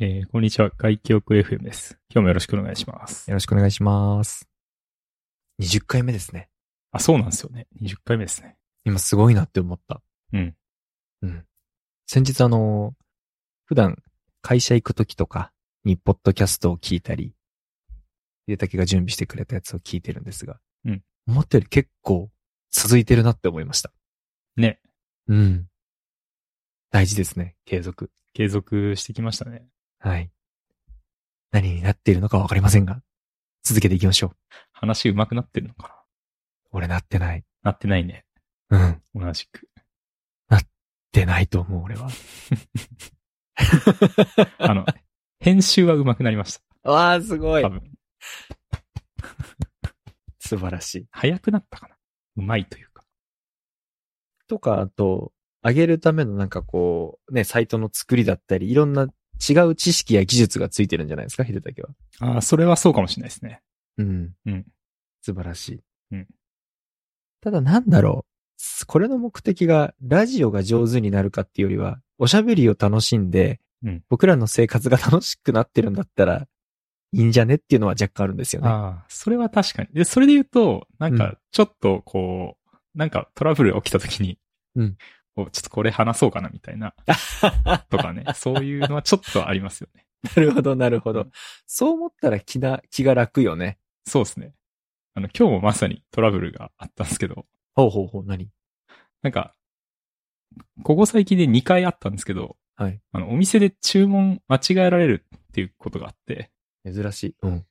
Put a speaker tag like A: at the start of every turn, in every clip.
A: えーこんにちは。外記憶 FM です。今日もよろしくお願いします。
B: よろしくお願いします。20回目ですね。
A: あ、そうなんですよね。20回目ですね。
B: 今すごいなって思った。
A: うん。
B: うん。先日あの、普段会社行く時とかにポッドキャストを聞いたり、ゆうたけが準備してくれたやつを聞いてるんですが、
A: うん。
B: 思ったより結構続いてるなって思いました。
A: ね。
B: うん。大事ですね、継続。
A: 継続してきましたね。
B: はい。何になっているのかわかりませんが、続けていきましょう。
A: 話上手くなってるのか
B: 俺なってない。
A: ななってないね。
B: うん。
A: 同じく。
B: 出ないと思う、俺は。
A: あの、編集は上手くなりまし
B: わあ、すご
A: た。多分。
B: 素晴らしい。
A: 早くなったかな。上手いというか。
B: とか、あと、上げるためのなんかこう、ね、サイトの作りだったり、いろんな違う知識や技術がついてるんじゃないですか、秀武は。
A: あーそれはそうかもしれないですね。
B: うん。
A: うん。
B: 素晴らしい。
A: うん。
B: ただなんだろう。これの目的が、ラジオが上手になるかっていうよりは、おしゃべりを楽しんで、
A: うん
B: 僕らの生活が楽しくなってるんだったら、いいんじゃねっていうのは若干あるんですよね。
A: ああ、それは確かに。で、それで言うと、なん
B: う
A: か、ちょっとこう、なんかトラブルが起きた時に、
B: うん
A: こうちょっとこれ話そうかなみたい な、とかね。そういうのはちょっとありますよね。
B: なるほど、なるほど。そう思ったら気な、気が楽よね。
A: そうですね。あの、今日もまさにトラブルがあったんですけど、
B: ほうほうほう、何
A: なんか、ここ最近で2回あったんですけど、
B: はい。
A: あの、お店で注文間違えられるっていうことがあって、
B: 珍しい。うん。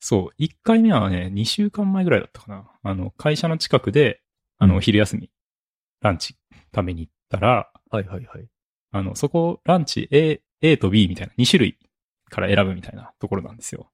A: そう、1回目はね、2週間前ぐらいだったかな。あの、会社の近くで、あの、お昼休み、ランチ食べに行ったら、
B: はいはいはい。
A: あの、そこ、ランチ A、A と B みたいな、2種類から選ぶみたいなところなんですよ。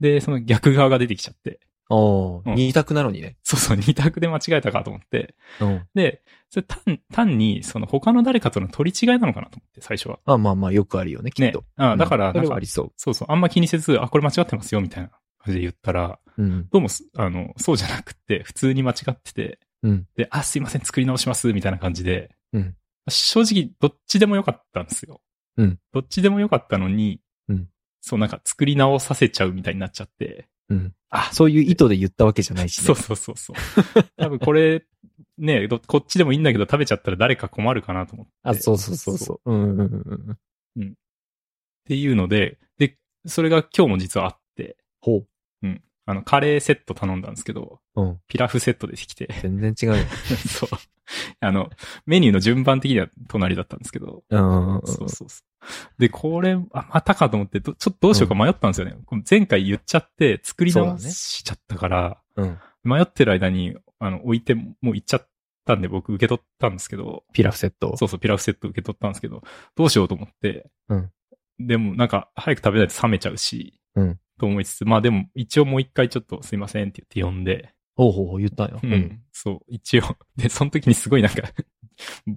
A: で、その逆側が出てきちゃって、
B: お
A: うん
B: ー、二択なのにね。
A: そうそう、2択で間違えたかと思って、
B: うん。
A: で、それ単、単に、その他の誰かとの取り違いなのかなと思って、最初は。
B: まあまあまあ、よくあるよね、きっ
A: ね
B: と。。
A: あだから、
B: そ
A: なん
B: れ
A: か
B: はありそ
A: そうそう、あんま気にせず、あ、これ間違ってますよ、みたいな感じで言ったら、
B: う。うん。
A: どうもす、あの、そうじゃなくって、 普通に間違ってて、
B: うん
A: で、あ、すいません、作り直します、みたいな感じで、
B: うん
A: 正直、どっちでもよかったんですよ。
B: うん
A: どっちでもよかったのに、
B: うん
A: そう、なんか作り直させちゃうみたいになっちゃって、
B: うん。
A: あ、
B: そういう意図で言ったわけじゃないしね。
A: そうそうそうそう。 多分これ、ねどこっちでもいいんだけど食べちゃったら誰か困るかなと思って。
B: あ、そうそうそうそう。うんうんうんうん。
A: っていうので、で、それが今日も実はあって、
B: ほう。
A: うん。あの、カレーセット頼んだんですけど、
B: うん。
A: ピラフセットできて、
B: 全然違うよ。
A: そう。あの、メニューの順番的には隣だったんですけど、
B: うんうんうんうん。
A: そうそうそう。で、これ、あ、またかと思って、どちょっとどうしようか迷ったんですよね。これ前回言っちゃって、作り直しちゃったから、
B: うん。
A: 迷ってる間に、あの、置いて、もう行っちゃったんで、僕受け取ったんですけど、
B: ピラフセットを
A: そうそう、ピラフセット受け取ったんですけど、どうしようと思って。
B: うん
A: でも、なんか、早く食べないと冷めちゃうし、
B: うん
A: と思いつつ、まあでも、一応もう一回ちょっとすいませんって言って呼んで、
B: ほうほうほう、言ったんよ。
A: うん。。そう、一応。で、その時にすごいなんか、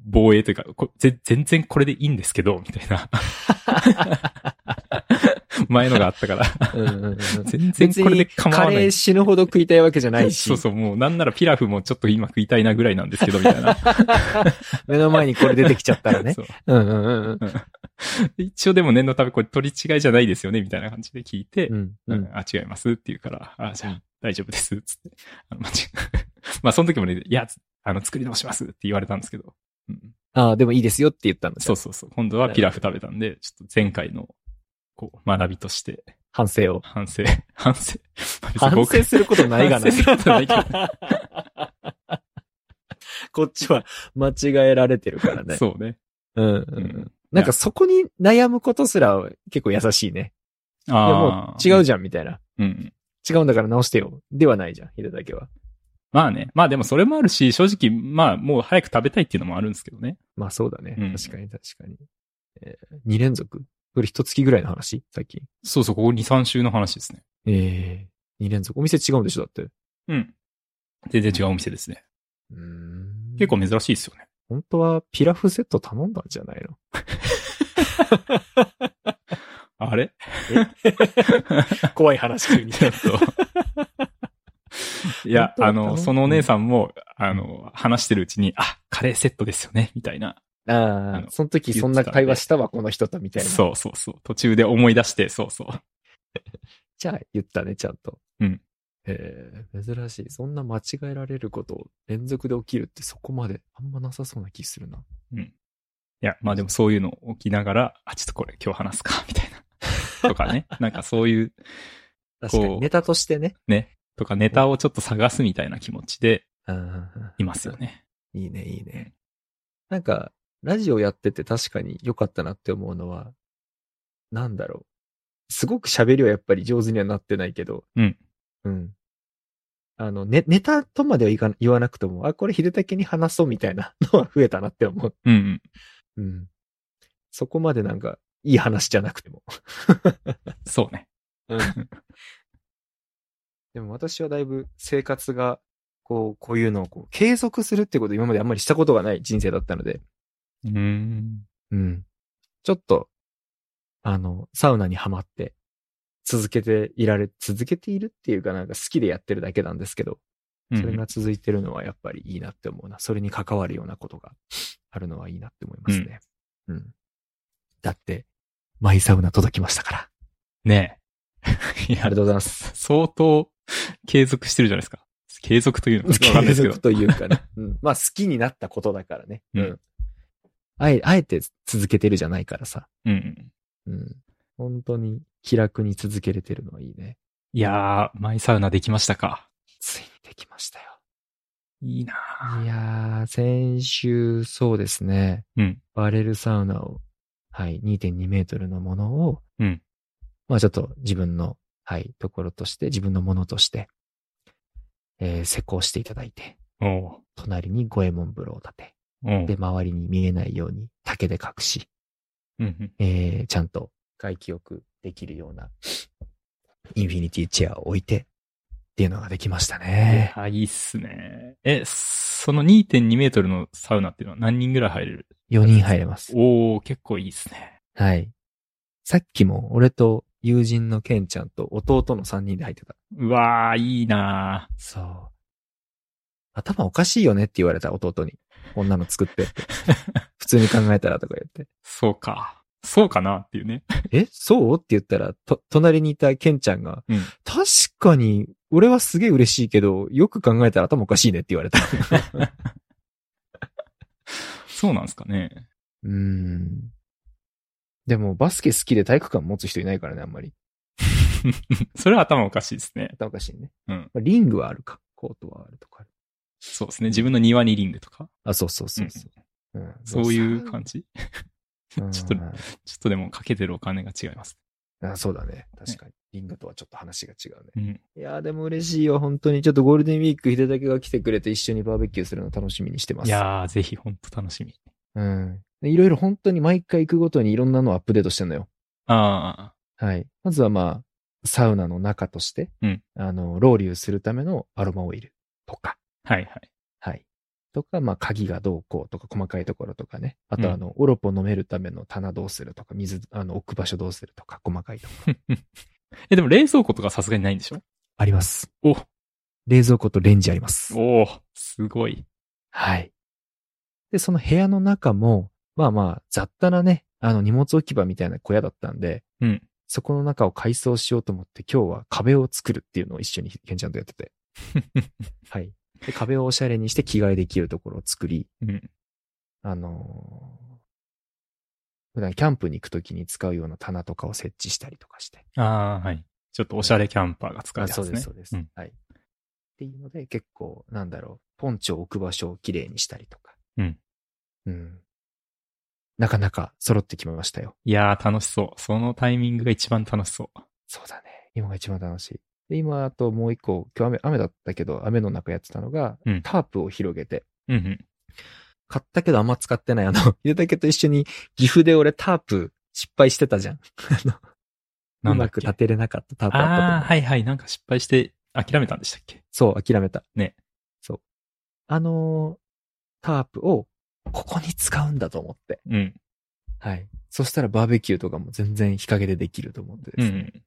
A: 防衛というかこぜ、全然これでいいんですけど、みたい な。前のがあったから、
B: うんうんうんうん。
A: 全然これで構わ
B: カ
A: な
B: レ
A: い
B: ー。死ぬほど食いたいわけじゃないし。
A: そうそう、もうなんならピラフもちょっと今食いたいなぐらいなんですけど、みたいな。
B: 目の前にこれ出てきちゃったらね。
A: そう
B: うんうんうんうん。
A: 一応でも念のためこれ取り違いじゃないですよね、みたいな感じで聞いて、
B: うん
A: う
B: うんん。
A: あ、違いますって言うから、あ、じゃ
B: う
A: あ大丈夫です、つって。あの、間違え まあ、その時もね、いや、あの、作り直しますって言われたんですけど、うん、
B: ああ、でもいいですよって言ったんです
A: そう
B: よ。
A: そうそう。今度はピラフ食べたんで、ちょっと前回の、こう、学びとして、
B: 反省を。
A: 反省、 反省。まあ
B: 反省することないがな
A: 反省することないけど。
B: こっちは間違えられてるか
A: 別
B: ら
A: に
B: ね。
A: そうね。
B: う。んうん
A: う
B: うん
A: ん。
B: なんかそこに悩むことすら結構優しいね。いやも
A: あ
B: う違う
A: じ
B: じゃんみたいな。
A: ゃん。うん。
B: 違うんだから直してよ。ではないじゃん、ヒデだけは。
A: まあね。まあでもそれもあるし、正直、まあもう早く食べたいっていうのもあるんですけどね。
B: まあそうだね。
A: うん
B: 確かに確かに。えー、2連続これ一月ぐらいの話最近。
A: そうそう、ここ2、3週の話ですね。
B: ええ2連続。お店違うんでしょだって。
A: うん。全然違うお店ですね。
B: うーん
A: 結構珍しいですよね。
B: 本当はピラフセット頼んだんじゃない の
A: あれ
B: 怖い話急に。
A: ちょっと。いや
B: 本、当だ
A: あ
B: った
A: の、
B: の
A: そのお姉さんも、あの、話してるうちに、あ、カレーセットですよね、みたいな。
B: あ
A: あ
B: あ、
A: の
B: その時そんな会話したわ、この人と、みたいな。
A: そうそうそう。途中で思い出して、そうそう。
B: じゃあ言ったね、ちゃんと。
A: うん。
B: ええ珍しい。そんな間違えられること連続で起きるってそこまであんまなさそうな気するな。
A: いや、まあでもそういうのを起きながら、あ、ちょっとこれ今日話す か、みたいな。とか ね。なんかそういう、
B: 確か
A: こ
B: に。
A: う
B: ネタとしてね。
A: とかネタをちょっと探すみたいな気持ちで
B: うん。
A: いますよね。
B: いいね、いいね。なんか、ラジオやってて確かに良かったなって思うのは、なんだろう。すごく喋りはやっぱり上手にはなってないけど、
A: うん。
B: うん。あの、ね、ネタとまではいかな言わなくとも、あ、これ昼だけに話そうみたいな のは増えたなって思う。
A: うんうん。
B: うん。そこまでなんか、いい話じゃなくても。
A: そうね。
B: でも私はだいぶ生活が、こう、こういうのをこう継続するってことを今まであんまりしたことがない人生だったので、
A: うーん。
B: うん。ちょっと、あの、サウナにはまって、続けていられ、続けているっていうかなんか好きでやってるだけなんですけど、
A: うん
B: それが続いてるのはやっぱりいいなって思うな。それに関わるようなことがあるのはいいなって思いますね。うん。だって、マイサウナ届きましたから。
A: ね え。い
B: ありが
A: や
B: と、うございます。
A: 相当継続してるじゃないですか。継続というのかわかんないです
B: 継
A: けど
B: 続。というかね。うん、まあ好きになったことだからね。
A: うん
B: あえ、あえて続けてるじゃないからさ。
A: うんうん。
B: うん。本当に気楽に続けれてるのはいいね。
A: いやー、マイサウナできましたか。
B: ついにできましたよ。
A: いいなあ
B: いやー、先週、そうですね。
A: うん。
B: バレルサウナを、はい、2.2メートルのものを、
A: うん。
B: まあちょっと自分の、はい、ところとして、自分のものとして、えー施工していただいて、
A: おう
B: 隣に五右衛門風呂を建て、
A: おう
B: で、周りに見えないように竹で隠し、
A: うんうん。
B: えーちゃんと外気浴できるような、インフィニティチェアを置いて、っていうのができましたね。
A: いや、いいっすね。え、その2.2メートルのサウナっていうのは何人ぐらい入れる
B: 4人入れます。
A: おー、結構いいっすね。
B: はい。さっきも俺と友人のケンちゃんと弟の3人で入ってた。
A: うわー、いいな
B: そう。頭おかしいよねって言われた弟に。こんなの作って って。普通に考えたらとか言って。
A: そうか。そうかなっていうね。
B: え、そうって言ったら、と、隣にいたケンちゃんが、
A: うん
B: 確かに、俺はすげえ嬉しいけど、よく考えたら頭おかしいねって言わ れた。
A: そうなんですかね。
B: うーん。でも、バスケ好きで体育館持つ人いないからね、あんまり。
A: それは頭おかしいですね。
B: 頭おかしいね。
A: うん。
B: まあリングはあるか。コートはあるとかある。
A: そうですね。自分の庭にリングとか。
B: あ、そうそうそうそう。うん
A: そういう感じ。
B: じ。うん
A: ちょっとちょっとでもかけてるお金が違います。
B: あそうだね。確かに。リングとはちょっと話が違うね。
A: うん。
B: いやーでも嬉しいよ。本当に。ちょっとゴールデンウィーク、秀武が来てくれて一緒にバーベキューするの楽しみにしてます。
A: いやー、ぜひほんと楽しみ。
B: うん。でいろいろ本当に毎回行くごとにいろんなのをアップデートしてんのよ。
A: あ
B: はい。まずはまあ、サウナの中として、
A: うん
B: あの、ロウリュするためのアロマオイルとか、
A: あ、はいはい。
B: はい。とか、まあ、鍵がどうこうとか、細かいところとかね。あ
A: う
B: と、
A: ん
B: あの、オロポ飲めるための棚どうするとか、水、あの、置く場所どうするとか、細かいところ。
A: え、でも冷蔵庫とかさすがにないんでしょ
B: あります。
A: お
B: 冷蔵庫とレンジあります。
A: おー、すごい。
B: はい。で、その部屋の中も、まあまあ、雑多なね、あの荷物置き場みたいな小屋だったんで、
A: うん。
B: そこの中を改装しようと思って、今日は壁を作るっていうのを一緒にケンちゃんとやってて。はい。で、壁をおしゃれにして着替えできるところを作り、
A: うん。
B: あのー普段キャンプに行くときに使うような棚とかを設置したりとかして。
A: あー、はい。ちょっとおしゃれキャンパーが使え
B: あ
A: るやつ
B: そ
A: ね。
B: うです、そうです。
A: ん
B: はい。っていうので、結構、なんだろう、ポンチョを置く場所をきれいにしたりとか。
A: うん。
B: うん。なかなか揃ってきましたよ。
A: いやー、楽しそう。そのタイミングが一番楽しそう。
B: そうだね。今が一番楽しい。で、今、あともう一個、今日雨、雨だったけど、雨の中やってたのが、
A: うん
B: タープを広げて、
A: うんうん。
B: 買ったけどあんま使ってない。あの、 ゆうたけと一緒に岐阜で俺タープ失敗してたじゃん。あの、う
A: なんだ
B: ま
A: っ
B: く
A: け
B: 立てれなかったタープあったと思う
A: あー、はいはい。なんか失敗して諦めたんでしたっけ
B: そう、諦めた。
A: ね。
B: そう。あのータープをここに使うんだと思って。
A: うん。
B: はい。そしたらバーベキューとかも全然日陰でできると思って
A: う
B: で
A: んう
B: すね。
A: ん。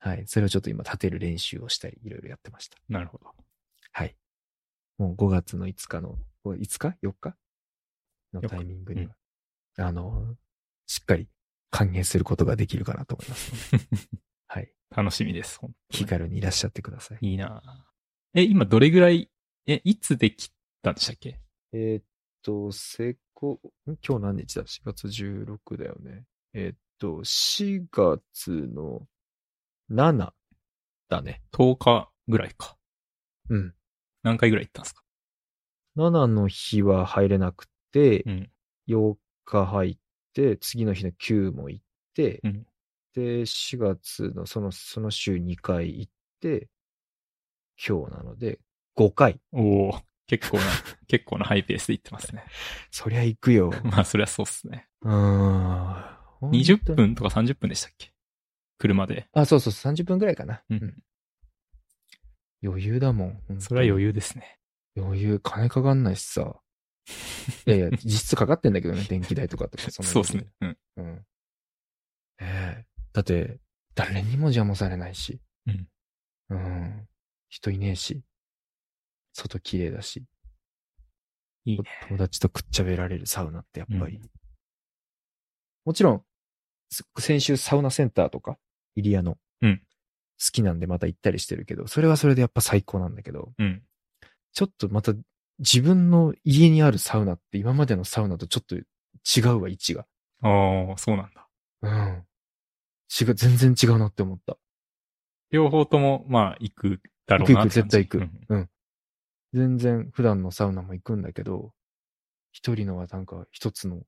B: はい。それをちょっと今立てる練習をしたり、いろいろやってました。
A: なるほど。
B: はい。もう5月の5日の、5 5日 ?4 日のタイミングにはあの、しっかり歓迎することができるかなと思います ので。はい。
A: 楽しみです。ほん
B: 気軽にいらっしゃってください。
A: いいなぁえ、今どれぐらい、え、いつできたんでしたっけ
B: えーっと、成功、ん今日何日だ ?4 月16だよね。えーっと、4月の7だね。
A: ?10 日ぐらいか。
B: うん。
A: 何回ぐらい行ったんですか
B: 7の日は入れなくて、
A: うん。
B: 8日入って、次の日の9も行って、
A: うん
B: で、4月のその、その週2回行って、今日なので、5回。
A: おお結 構な、結構なハイペースで行ってますね。
B: そりゃ行くよ。
A: まあ、そりゃそうっすね。
B: うーん。
A: 20分とか30分でしたっけ車で。
B: あ、そうそう、30分ぐらいかな。
A: うん
B: 余裕だもん。本当に
A: それは余裕ですね。
B: 余裕、金かかんないし さ。いやいや、実質かかってんだけどね、電気代とかとか。んな
A: そうですね。。うん。
B: うん。ねえだって、誰にも邪魔されないし。
A: うん。
B: うん。人いねえし。外綺麗だし。
A: いいね。
B: 友達とくっちゃべられるサウナってやっぱり。
A: う
B: もちろん、す先週サウナセンターとか、入谷の、
A: うん
B: 好きなんでまた行ったりしてるけど、それはそれでやっぱ最高なんだけど、
A: うん。
B: ちょっとまた自分の家にあるサウナって今までのサウナとちょっと違うわ、位置が。
A: ああ、そうなんだ。
B: うん。違う、全然違うなって思った。
A: 両方とも、まあ、行くだろうなって感じ。
B: 行く行く絶対行
A: うん
B: 全然普段のサウナも行くんだけど、一人のはなんか一つの、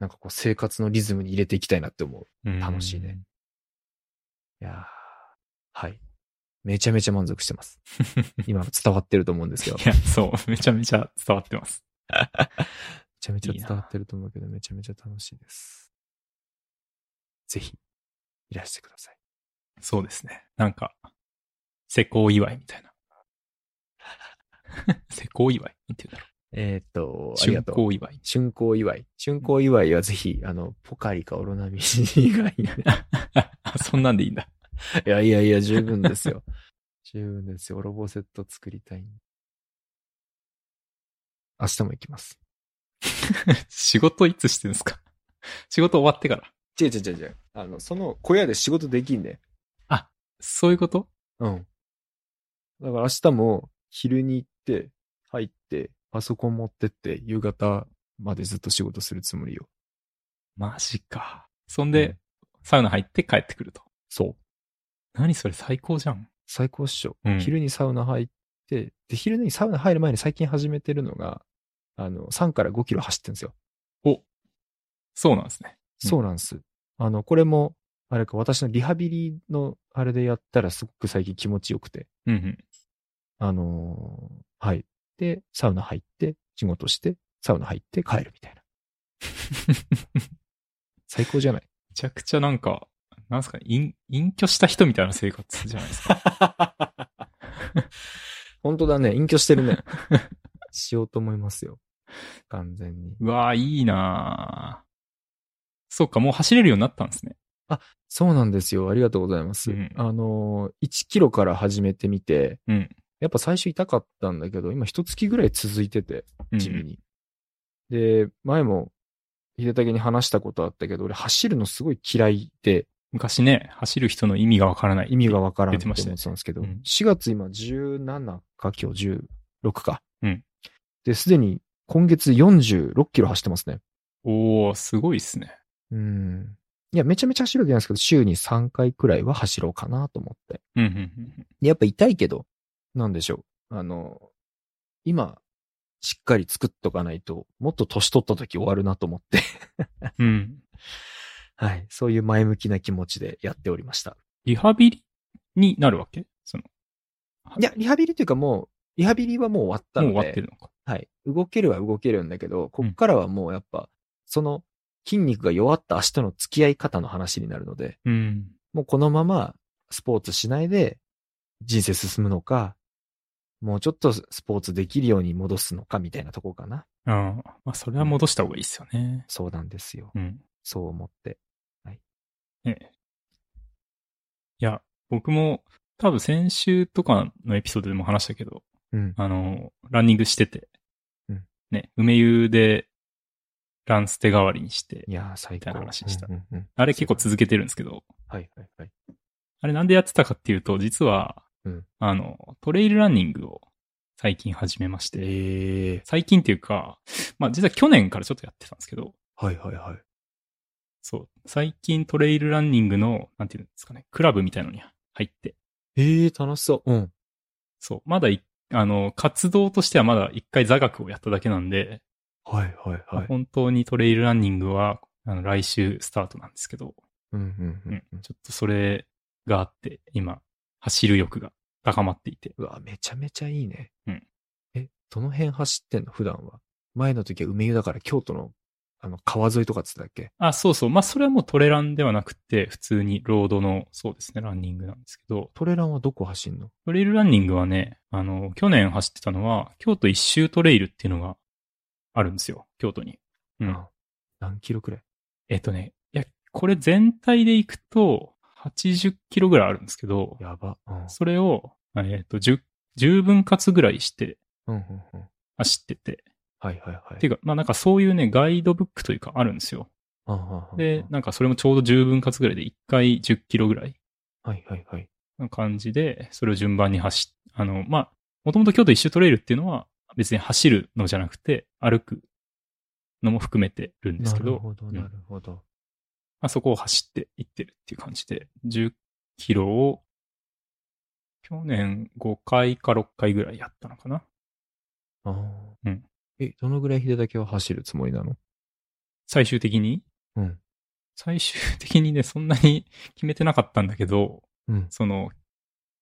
B: なんかこう生活のリズムに入れていきたいなって思う。
A: うん
B: 楽しいね。いやーはい。めちゃめちゃ満足し てます。今伝わってると思うんですけど。め
A: いや、そう。 めちゃめちゃ伝わってます。
B: ちゃめちゃ
A: いい
B: 伝
A: な
B: わってると思うけど、めちゃめちゃ楽しいです。ぜひ、いらしてください。
A: そうですね。なんか、施工祝いみたいな。 施工祝いなんて言うんだろ
B: えーっと
A: う。
B: ありが
A: 竣
B: とう。
A: 工祝い。
B: 春光祝い。春光祝いはぜひ、あの、ポカリかオロナミン 以外に。い
A: あそんなんでいいんだ。
B: やいやいや、十分です よ。十分ですよ。オロボセット作りたいんで明日も行きます。
A: 仕事いつしてんですか 仕事終わってから。
B: 違う違う違う違う。あの、その小屋で仕事できんね。
A: そういうこと
B: うん。だから明日も昼に行って、入って、パソコン持ってって、夕方までずっと仕事するつもりよ。
A: マジか。そんで、
B: うん
A: サウナ入って帰ってくると。
B: そう。
A: 何それ最高じゃん。
B: 最高っしょ。
A: うん
B: 昼にサウナ入って、で、昼にサウナ入る前に最近始めてるのが、あの、3から5キロ走ってるんですよ。
A: お。そうなんですね。うん
B: そうなんです。あの、これも、あれか、私のリハビリのあれでやったらすごく最近気持ちよくて、
A: うんうん。
B: あのーはい。で、サウナ入って、仕事して、サウナ入って帰るみたいな。 最高じゃない
A: めちゃくちゃなんか、なんすかね、隠隠居した人みたいな生活じゃないですか。
B: 本当だね。隠居してる ね。しようと思いますよ。完全に。
A: うわぁ、いいなぁ。そうか、もう走れるようになったんですね。
B: そうなんですよ。ありがとうございます。
A: うん
B: あのー、1キロから始めてみて、
A: うん
B: やっぱ最初痛かったんだけど、今一月ぐらい続いてて、
A: うん
B: 地味に。で、前も、秀武に話したことあったけど、俺走るのすごい嫌いで、
A: 昔ね、走る人の意味がわからない。
B: 意味がわからんって思
A: 言
B: っ
A: ってて
B: たん
A: ま
B: で
A: し
B: すけど、
A: うん
B: 4月今17か今日16か。
A: うん
B: で、すでに今月46キロ走ってますね。
A: おー、すごいっすね。
B: うん。いや、めちゃめちゃ走るわけじゃないですけど、週に3回くらいは走ろうかなと思って。
A: うん、うんうん、
B: でやっぱ痛いけど、なんでしょう。あの、今、しっかり作っとかないと、もっと年取った時終わるなと思って、
A: うん。うん。
B: はい。そういう前向きな気持ちでやっておりました。
A: リハビリになるわけその、
B: いや、リハビリというかもう、リハビリはもう終わったの
A: もう終
B: で、
A: わってるのか。
B: はい。動けるは動けるんだけど、こっからはもうやっぱ、その筋肉が弱った足との付き合い方の話になるので、
A: うん。
B: もうこのままスポーツしないで人生進むのか、もうちょっとスポーツできるように戻すのかみたいなとこかな。
A: ああ、まあ、それは戻した方がいいっすよね。
B: そうなんですよ。
A: うん。
B: そう思って。
A: ねえ。いや、僕も、多分先週とかのエピソードでも話したけど、
B: うん。
A: あの、ランニングしてて、
B: うん
A: ね、梅湯で、ランステ代わりにして、
B: いやー、最高。
A: みたいな話でした
B: うんうんうん
A: あれ結構続けてるんですけど、
B: はいはいはい。
A: あれなんでやってたかっていうと、実は、
B: うん
A: あの、トレイルランニングを最近始めまして、
B: ええ
A: 最近っていうか、まあ実は去年からちょっとやってたんですけど、
B: はいはいはい。
A: そう、最近トレイルランニングの、なんていうんですかね、クラブみたいのに入って、
B: ええ楽しそう。うん。
A: そう、まだい、あの、活動としてはまだ一回座学をやっただけなんで、
B: はいはい
A: まあ
B: はい。
A: 本当にトレイルランニングは、あの、来週スタートなんですけど、
B: うんうんう
A: うんん
B: うん。
A: ちょっとそれがあって、今、走る欲が高まっていて。
B: うわ、めちゃめちゃいいね。
A: うん。
B: え、どの辺走ってんの普段は。前の時は梅湯だから京都の、あの、川沿いとかっつってたっけ
A: あ、そうそう。まあ、それはもうトレランではなくて、普通にロードの、そうですね、ランニングなんですけど、
B: トレランはどこ走んの
A: トレイルランニングはね、あの、去年走ってたのは、京都一周トレイルっていうのがあるんですよ、京都に。うん。
B: あ何キロくらい
A: えっとね、いや、これ全体で行くと、80キロぐらいあるんですけど、
B: やば。うん。
A: それを、えっと、10、10分割ぐらいして
B: うんうんうん。
A: 走ってて、
B: はいはいはい。
A: っていうか、まあなんかそういうね、ガイドブックというかあるんですよ。
B: ああああ
A: で、なんかそれもちょうど10分割ぐらいで1回10キロぐらい
B: はいはいはい。
A: の感じで、それを順番に走っ、あの、まあ、もともと京都一周トレイルっていうのは別に走るのじゃなくて、歩くのも含めてるんですけ
B: なる
A: ど、
B: ほど、
A: ん
B: なるほど。
A: まあ、そこを走っていってるっていう感じで、10キロを、去年5回か6回ぐらいやったのかな。
B: ああ
A: うん
B: え、どのぐらい秀けは走るつもりなの
A: 最終的に
B: うん。
A: 最終的にね、そんなに決めてなかったんだけど、
B: うん。
A: その、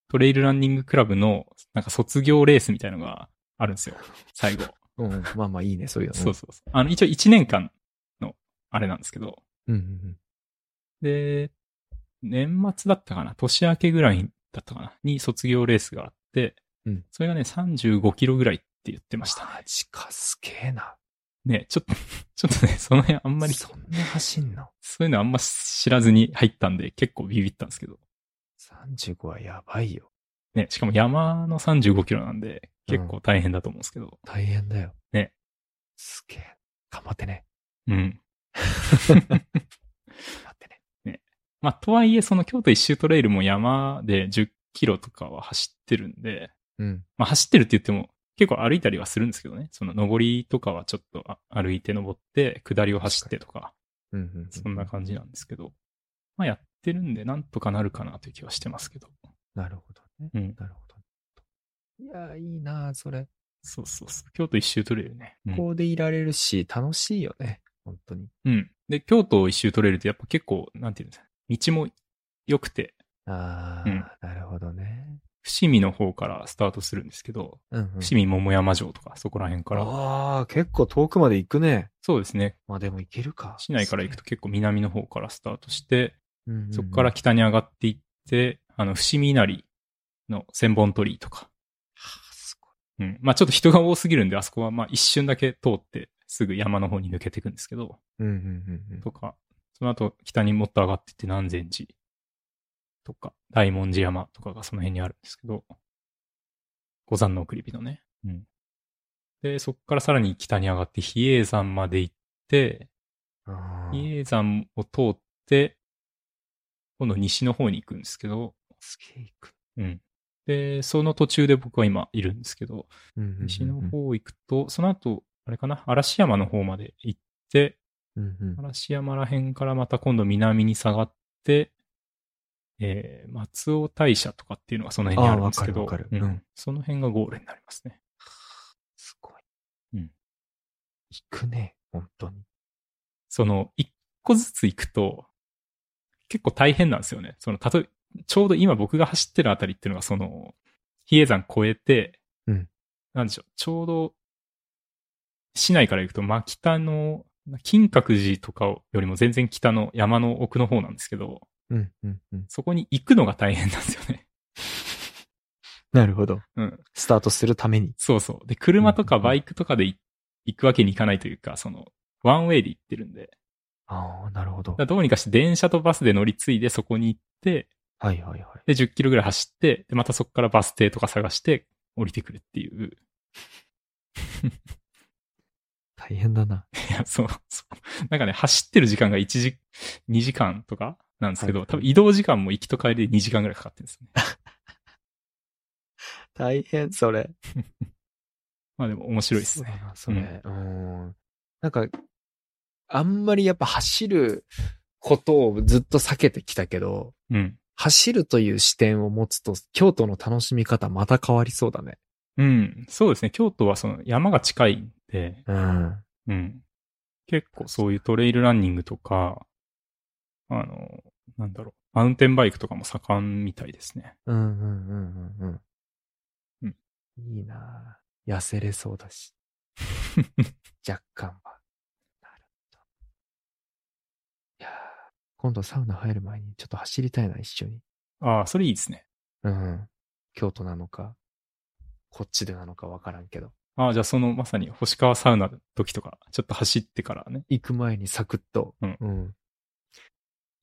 A: トレイルランニングクラブの、なんか卒業レースみたいのがあるんですよ。最 後。
B: うんうん。まあまあいいね、そういうの。
A: そうそうそう。あの、一応1年間の、あれなんですけど。
B: うんうん
A: で、年末だったかな年明けぐらいだったかなに卒業レースがあって、
B: うん
A: それがね、35キロぐらいって言って
B: うん。
A: ましたね。
B: マジか、すげえな。
A: ね、ちょっと、 ちょっとね、その辺あんまり、そ
B: そんな走んの
A: ういうのあんま知らずに入ったんで、結構ビビったんですけど。
B: 35はやばいよ。
A: ね、しかも山の35キロなんで、結構大変だと思うんですけど。
B: 大変だよ。
A: ね。
B: すげえ。頑張ってね。
A: うん。
B: 頑張ってね。
A: まあ、とはいえ、その京都一周トレイルも山で10キロとかは走ってるんで、
B: うん。
A: まあ、走ってるって言っても、結構歩いたりはするんですけどね。その上りとかはちょっとあ歩いて登って、下りを走ってとか、
B: うんうんうん。
A: そんな感じなんですけど。まあ、やってるんで、なんとかなるかなという気はしてますけど。
B: なるほどね。
A: うん。
B: なるほど。いやー、いいなーそれ。
A: そうそうそう。京都一周トレイルね。うん
B: こうでいられるし、楽しいよね。本当に。
A: うん。で、京都を一周トレイルってやっぱ結構、なんていうんですか、道も良くて、
B: あー、なるほどね。
A: 伏見の方からスタートするんですけど、
B: うんうん。
A: 伏見桃山城とか、そこら辺から。
B: ああ、結構遠くまで行くね。
A: そうですね。
B: まあでも行けるか。
A: 市内から行くと結構南の方からスタートして、
B: うんうんうん、
A: そこから北に上がっていって、あの、伏見稲荷の千本鳥居とか。
B: はあすごい
A: うん。まあちょっと人が多すぎるんで、あそこはまあ一瞬だけ通って、すぐ山の方に抜けていくんですけど、
B: うんうんうんうん。
A: とか、その後北にもっと上がっていって南禅寺とか、大文字山とかがその辺にあるんですけど、五山の送り火のね。うん。で、そこからさらに北に上がって、比叡山まで行って、
B: あー
A: 比叡山を通って、今度西の方に行くんですけど、
B: すげえ行く。
A: うん。で、その途中で僕は今いるんですけど、
B: うんうんうんうん
A: 西の方行くと、その後、あれかな、嵐山の方まで行って、
B: うんうん
A: 嵐山ら辺からまた今度南に下がって、えー、松尾大社とかっていうのがその辺にあるんですけ
B: あー
A: ど
B: わかるわ、か
A: う
B: るうん
A: んその辺がゴールになりますね。
B: すごい。
A: うん。
B: 行くね、本当に。
A: その、一個ずつ行くと、結構大変なんですよね。その、例えば、ちょうど今僕が走ってるあたりっていうのが、その、比叡山越えて、
B: うん
A: なんでしょう、ちょうど、市内から行くと、真北の、金閣寺とかをよりも全然北の山の奥の方なんですけど、
B: うんうんうん。
A: そこに行くのが大変なんですよね。
B: なるほど。
A: うん。
B: スタートするために。
A: そうそう。で、車とか
B: うんうんうん
A: バイクとかでい行くわけにいかないというか、その、ワンウェイで行ってるんで、
B: ああ、なるほど
A: だか。らどうにかして電車とバスで乗り継いでそこに行って、
B: はいはいはい。
A: で、10キロぐらい走って、で、またそこからバス停とか探して降りてくるっていう。
B: 大変だな。
A: いや、そう、そう。なんかね、走ってる時間が1時、2時間とかなんですけど、
B: はい
A: 多分移動時間も行きと帰りで2時間ぐらいかかってるんですよね。
B: 大変、それ。
A: まあでも面白いですね。
B: そうだなそれ、うん。なんか、あんまりやっぱ走ることをずっと避けてきたけど、
A: うん。
B: 走るという視点を持つと、京都の楽しみ方また変わりそうだね。
A: うん。そうですね。京都はその山が近いんで、
B: うん。
A: うん。結構そういうトレイルランニングとか、あの、なんだろう、マウンテンバイクとかも盛んみたいですね。
B: うんうんうんうん
A: う
B: うんん。いいなぁ痩せれそうだ し。若干は。なるほど。いやぁ今度サウナ入る前にちょっと走りたいな、一緒に。
A: ああ、それいいですね。
B: うん。京都なのか、こっちでなのかわからんけど。
A: ああ、じゃあそのまさに星川サウナの時とか、ちょっと走ってからね。
B: 行く前にサクッと、
A: うん
B: うん。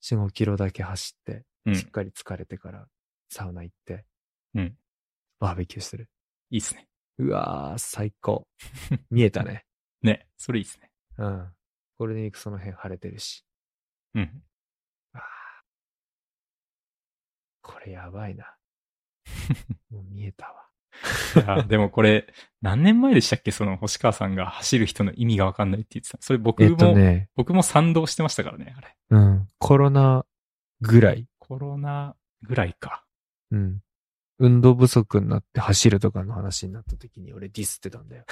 B: 4、5キロだけ走って、
A: うん。
B: しっかり疲れてからサウナ行って、
A: うん。
B: バーベキューする。
A: いいですね。
B: うわぁ、最 高。見えたね。
A: ね。それいいですね。
B: うん。ゴールデンウィークその辺晴れてるし。
A: うん。
B: これやば いな。もう見えたわ。
A: い や、でもこれ、何年前でしたっけその星川さんが走る人の意味がわかんないって言ってた。それ僕も、
B: ね、
A: 僕も賛同してましたからね、あれ。
B: うん。コロナぐらい。
A: コロナぐらいか。
B: うん。運動不足になって走るとかの話になった時に俺ディスってたん だよ。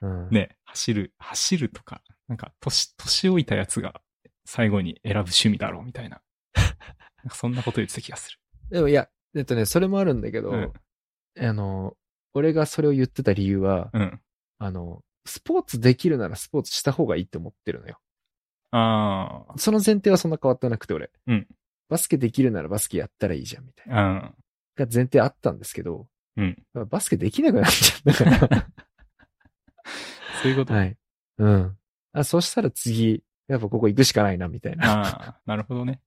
B: うん。。
A: ね、走る、走るとか、なんか、年、年老いたやつが最後に選ぶ趣味だろうみたい な。なんかそんなこと言ってた気がする。
B: でもいや、えっとね、それもあるんだけど、
A: うん
B: あの、俺がそれを言ってた理由は、
A: うん。
B: あの、スポーツできるならスポーツした方がいいって思ってるのよ。
A: ああ、
B: その前提はそんな変わってなくて俺。
A: うん。
B: バスケできるならバスケやったらいいじゃん、みたいな。
A: うん。
B: が前提あったんですけど、
A: うん。
B: バスケできなくなっちゃった か
A: そういうこと。
B: ら。はい。うん。あ、そしたら次、やっぱここ行くしかないな、みたいな。
A: ああ、なるほどね。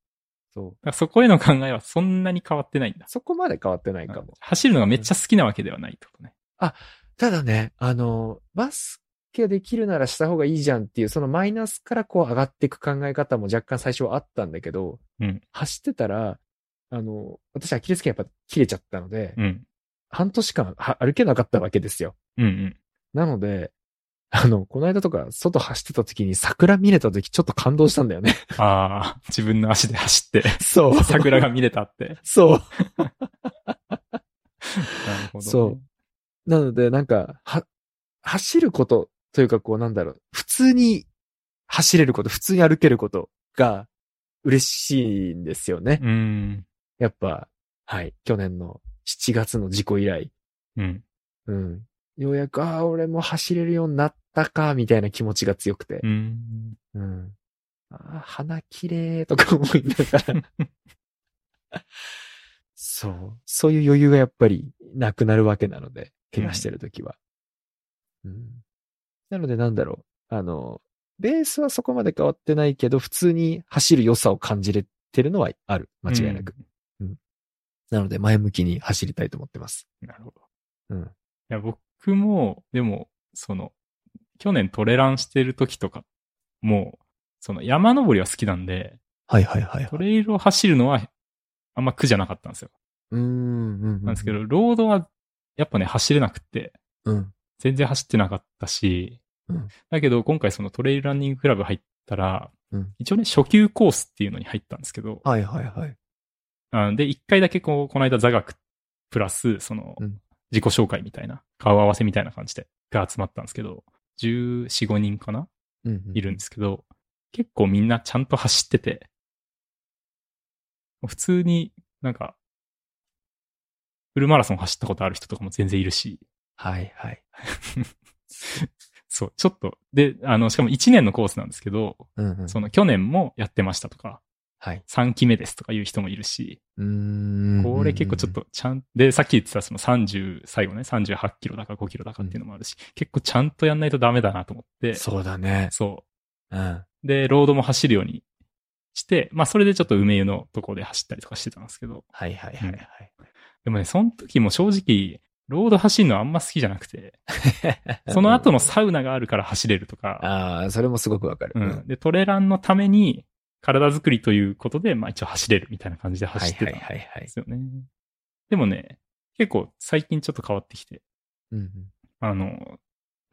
B: そう。
A: だからそこへの考えはそんなに変わってないんだ。
B: そこまで変わってないかも。
A: 走るのがめっちゃ好きなわけではないってことね。
B: ただね、あの、バスケできるならした方がいいじゃんっていう、そのマイナスからこう上がっていく考え方も若干最初はあったんだけど、
A: うん
B: 走ってたら、あの、私アキレス腱やっぱ切れちゃったので、
A: うん。
B: 半年間は歩けなかったわけですよ。
A: うん うん。
B: なので、あの、この間とか外走ってた時に桜見れた時ちょっと感動したんだ よね。
A: ああ、自分の足で走って、
B: そう。
A: 桜が見れたって。
B: そ
A: なるほど、ね。
B: そう。う。なので、なんか、は、走ることというか、こう、なんだろう、普通に走れること、普通に歩けることが嬉しいんですよね。
A: うん。
B: やっぱ、はい、去年の7月の事故以来、
A: うん。
B: うん。ようやく、ああ、俺も走れるようになったか、みたいな気持ちが強くて
A: う、ん。
B: うん。ああ、花綺麗とか思いながら。そう。そういう余裕がやっぱりなくなるわけなので、怪我してるときは。うん。なのでなんだろう。あの、ベースはそこまで変わってないけど、普通に走る良さを感じれてるのはある。間違いなく。なので前向きに走りたいと思ってます。
A: うん。なるほど。
B: うん。
A: いや、僕も、でも、その、去年トレランしてる時とか、もう、その山登りは好きなんで、
B: はいはいはい、
A: ト
B: はい。
A: レイルを走るのはあんま苦じゃなかったんですよ。
B: うーん、うんうん。
A: なんですけど、ロードはやっぱね、走れなくって、
B: うん。
A: 全然走ってなかったし、
B: うん
A: だけど今回そのトレイルランニングクラブ入ったら、
B: うん
A: 一応ね、初級コースっていうのに入ったんですけど、
B: はいはいはい。
A: あで、一回だけこう、この間座学プラス、その
B: うん、
A: 自己紹介みたいな、顔合わせみたいな感じで、が集まったんですけど、14、5人かな
B: うん、
A: いるんですけど、結構みんなちゃんと走ってて、普通になんか、フルマラソン走ったことある人とかも全然いるし、
B: はいはい。
A: そう、ちょっと、で、あの、しかも1年のコースなんですけど、
B: うん、うん。
A: その去年もやってましたとか、
B: はい。
A: 3期目ですとかいう人もいるし、
B: うーん
A: これ結構ちょっ。とちゃん、で、さっき言ってたその30、最後ね、38キロだか5キロだかっていうのもあるし、結構ちゃんとやんないとダメだなと思って、
B: そうだね。
A: そ
B: うん。
A: う。で、ロードも走るようにして、まあそれでちょっと梅湯のとこで走ったりとかしてたんですけど、
B: はいはいはいはい。
A: でもね、その時も正直、ロード走るのあんま好きじゃなくて、 その後のサウナがあるから走れるとか、
B: ああ、それもすごくわかる。
A: う。ん。で、トレランのために、体作りということで、まあ一応走れるみたいな感じで
B: は
A: 走
B: い
A: って
B: は
A: た
B: い
A: ん
B: はいは
A: で
B: い。
A: すよね。でもね、結構最近ちょっと変わってきて、
B: うんうん。
A: あの、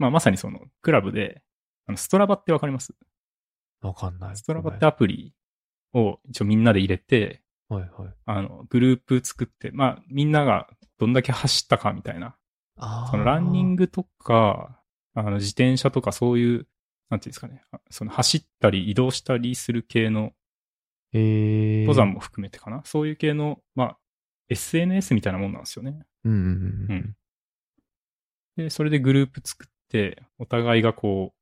A: まあまさにその、クラブで、あのストラバってわかります
B: わかんない。
A: ストラバってアプリを一応みんなで入れて、
B: はいはい。
A: あの、グループ作って、まあ、みんながどんだけ走ったかみたいな、
B: あ
A: そのランニン
B: グ。
A: グとか、あの、自転車とかそういう、なんていうんですかね、あその走ったり移動したりする系の、
B: ええ。
A: 登山も含めてかな、そういう系の、まあ、SNS みたいなもんなんですよね。
B: うんうんうんう。
A: うんん。で、それでグループ作って、お互いがこう、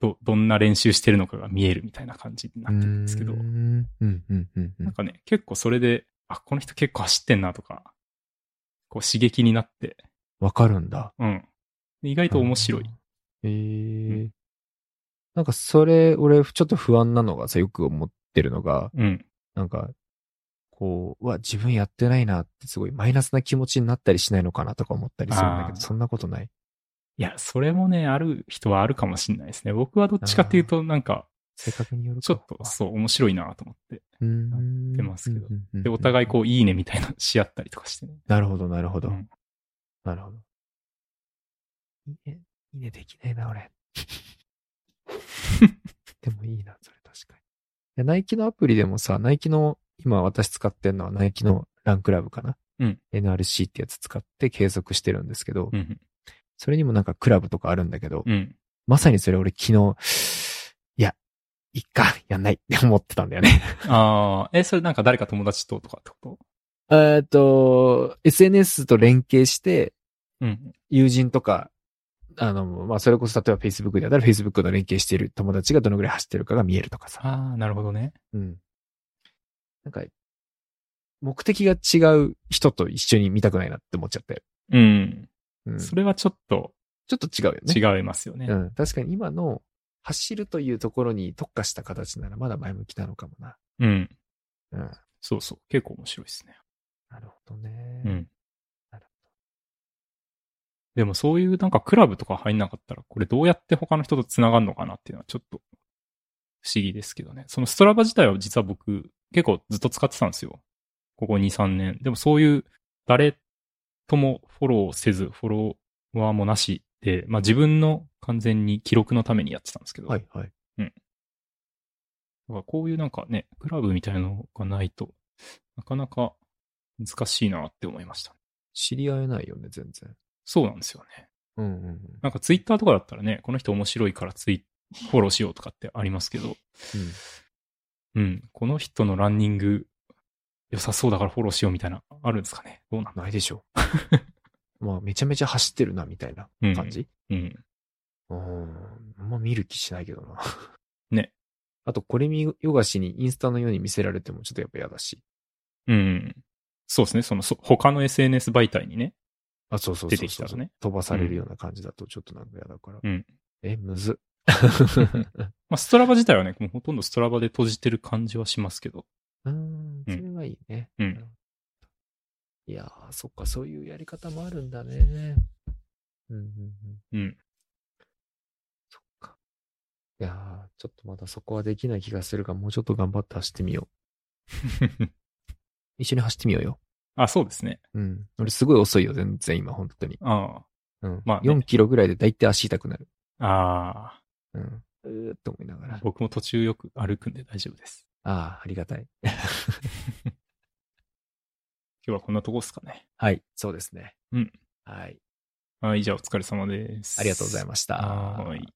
A: ど、どんな練習してるのかが見えるみたいな感じになってるんですけど
B: う、んうんうんうんう
A: なん
B: ん。
A: かね、結構それで、あ、この人結構走ってんなとか、こう刺激になって、
B: わかるんだ。
A: うん。で意外と面白い。
B: ええ
A: う
B: なんかそれ、俺ちょっと不安なのがさ、よく思ってるのが、
A: うん。
B: なんか、こう、うわ、自分やってないなってすごいマイナスな気持ちになったりしないのかなとか思ったりするんだけ
A: あ
B: ど、
A: ー
B: そんなことない。
A: いや、それもね、ある人はあるかもしれないですね。僕はどっちかっていうと、なんか、
B: 性格によるか
A: ちょっと、そう、面白いなと思って。
B: うん。
A: てますけど
B: うんうんうんうん
A: で、お互いこう、いいねみたいなし合ったりとかしてね。
B: なるほど、なるほど。
A: うん
B: なるほど。いいね、いいねできないな、 俺。でもいいな、それ確かに。いや、ナイキのアプリでもさ、ナイキの、今私使ってるのはナイキのランクラブかな。
A: うん。
B: NRC ってやつ使って継続してるんですけど、
A: うん。
B: それにもなんかクラブとかあるんだけど、
A: うん。
B: まさにそれ俺昨日、いや、いっか、やんないって思ってたんだよね。
A: ああ、え、それなんか誰か友達ととかってこ
B: えっと、SNS と連携して、
A: とうん。
B: 友人とか、あの、まあ、それこそ例えば Facebook であったら Facebook と連携している友達がどのぐらい走ってるかが見えるとかさ。
A: ああ、なるほどね。
B: うん。なんか、目的が違う人と一緒に見たくないなって思っちゃって。
A: うん。
B: うん。ち
A: そ
B: ょ
A: れはちょっと
B: っと違うよね。
A: 違いますよね。
B: うん。確かに今の走るというところに特化した形ならまだ前向きなのかもな。
A: うん。
B: うん。
A: そうそう。結構面白いですね。
B: なるほどね。
A: うん
B: なる。
A: でもそういうなんかクラブとか入んなかったら、これどうやって他の人と繋がるのかなっていうのはちょっと不思議ですけどね。そのストラバ自体は実は僕結構ずっと使ってたんですよ。ここ2、3年。でもそういう誰ともフォローせず、フォロワーもなしで、まあ自分の完全に記録のためにやってたんですけど。
B: はいはい。
A: だからこういうなんかね、クラブみたいなのがないとなかなか難しいなって思いました。
B: 知り合えないよね、全然。
A: そうなんですよね。
B: うんうんうん。
A: なんかツイッターとかだったらね、この人面白いからツイフォローしようとかってありますけど、うん、この人のランニング良さそうだからフォローしようみたいな、あるんですかねどうなんだ
B: ないでし ょう。まあ、めちゃめちゃ走ってるな、みたいな感じ。
A: うん。
B: うーん。あんま見る気しないけどな。
A: ね。
B: あと、これ見よがしにインスタのように見せられてもちょっとやっぱ嫌だし。
A: うん。そうですね。その、そ他の SNS 媒体にね。
B: あ、そうそうそうそ
A: 出
B: う
A: てきたらね。
B: 飛ばされるような感じだとちょっとなんか嫌だから。
A: うん
B: え、む ずっ。
A: まあ、ストラバ自体はね、もうほとんどストラバで閉じてる感じはしますけど。
B: うーん、それはいいね。
A: うん。
B: いやー、そっか、そういうやり方もあるんだね。うん、うん、うん。
A: うん。
B: そっか。いやー、ちょっとまだそこはできない気がするが、もうちょっと頑張って走ってみよう。一緒に走ってみようよ。
A: あ、そうですね。
B: うん。俺すごい遅いよ、全然今、本当に。
A: あ
B: うん。
A: まあね
B: 4キロぐらいで大体足痛くなる。
A: あ。あ
B: うん。うーっと思いながら。
A: あ。
B: あ
A: 僕も途中よく歩くんで大丈夫です。
B: あー、ありがたい。
A: 今日はこんなとこですかね。
B: はい。そうですね。
A: うん。
B: はい。
A: はい、じゃあお疲れ様です。
B: ありがとうござい
A: ま
B: ました。
A: はーい。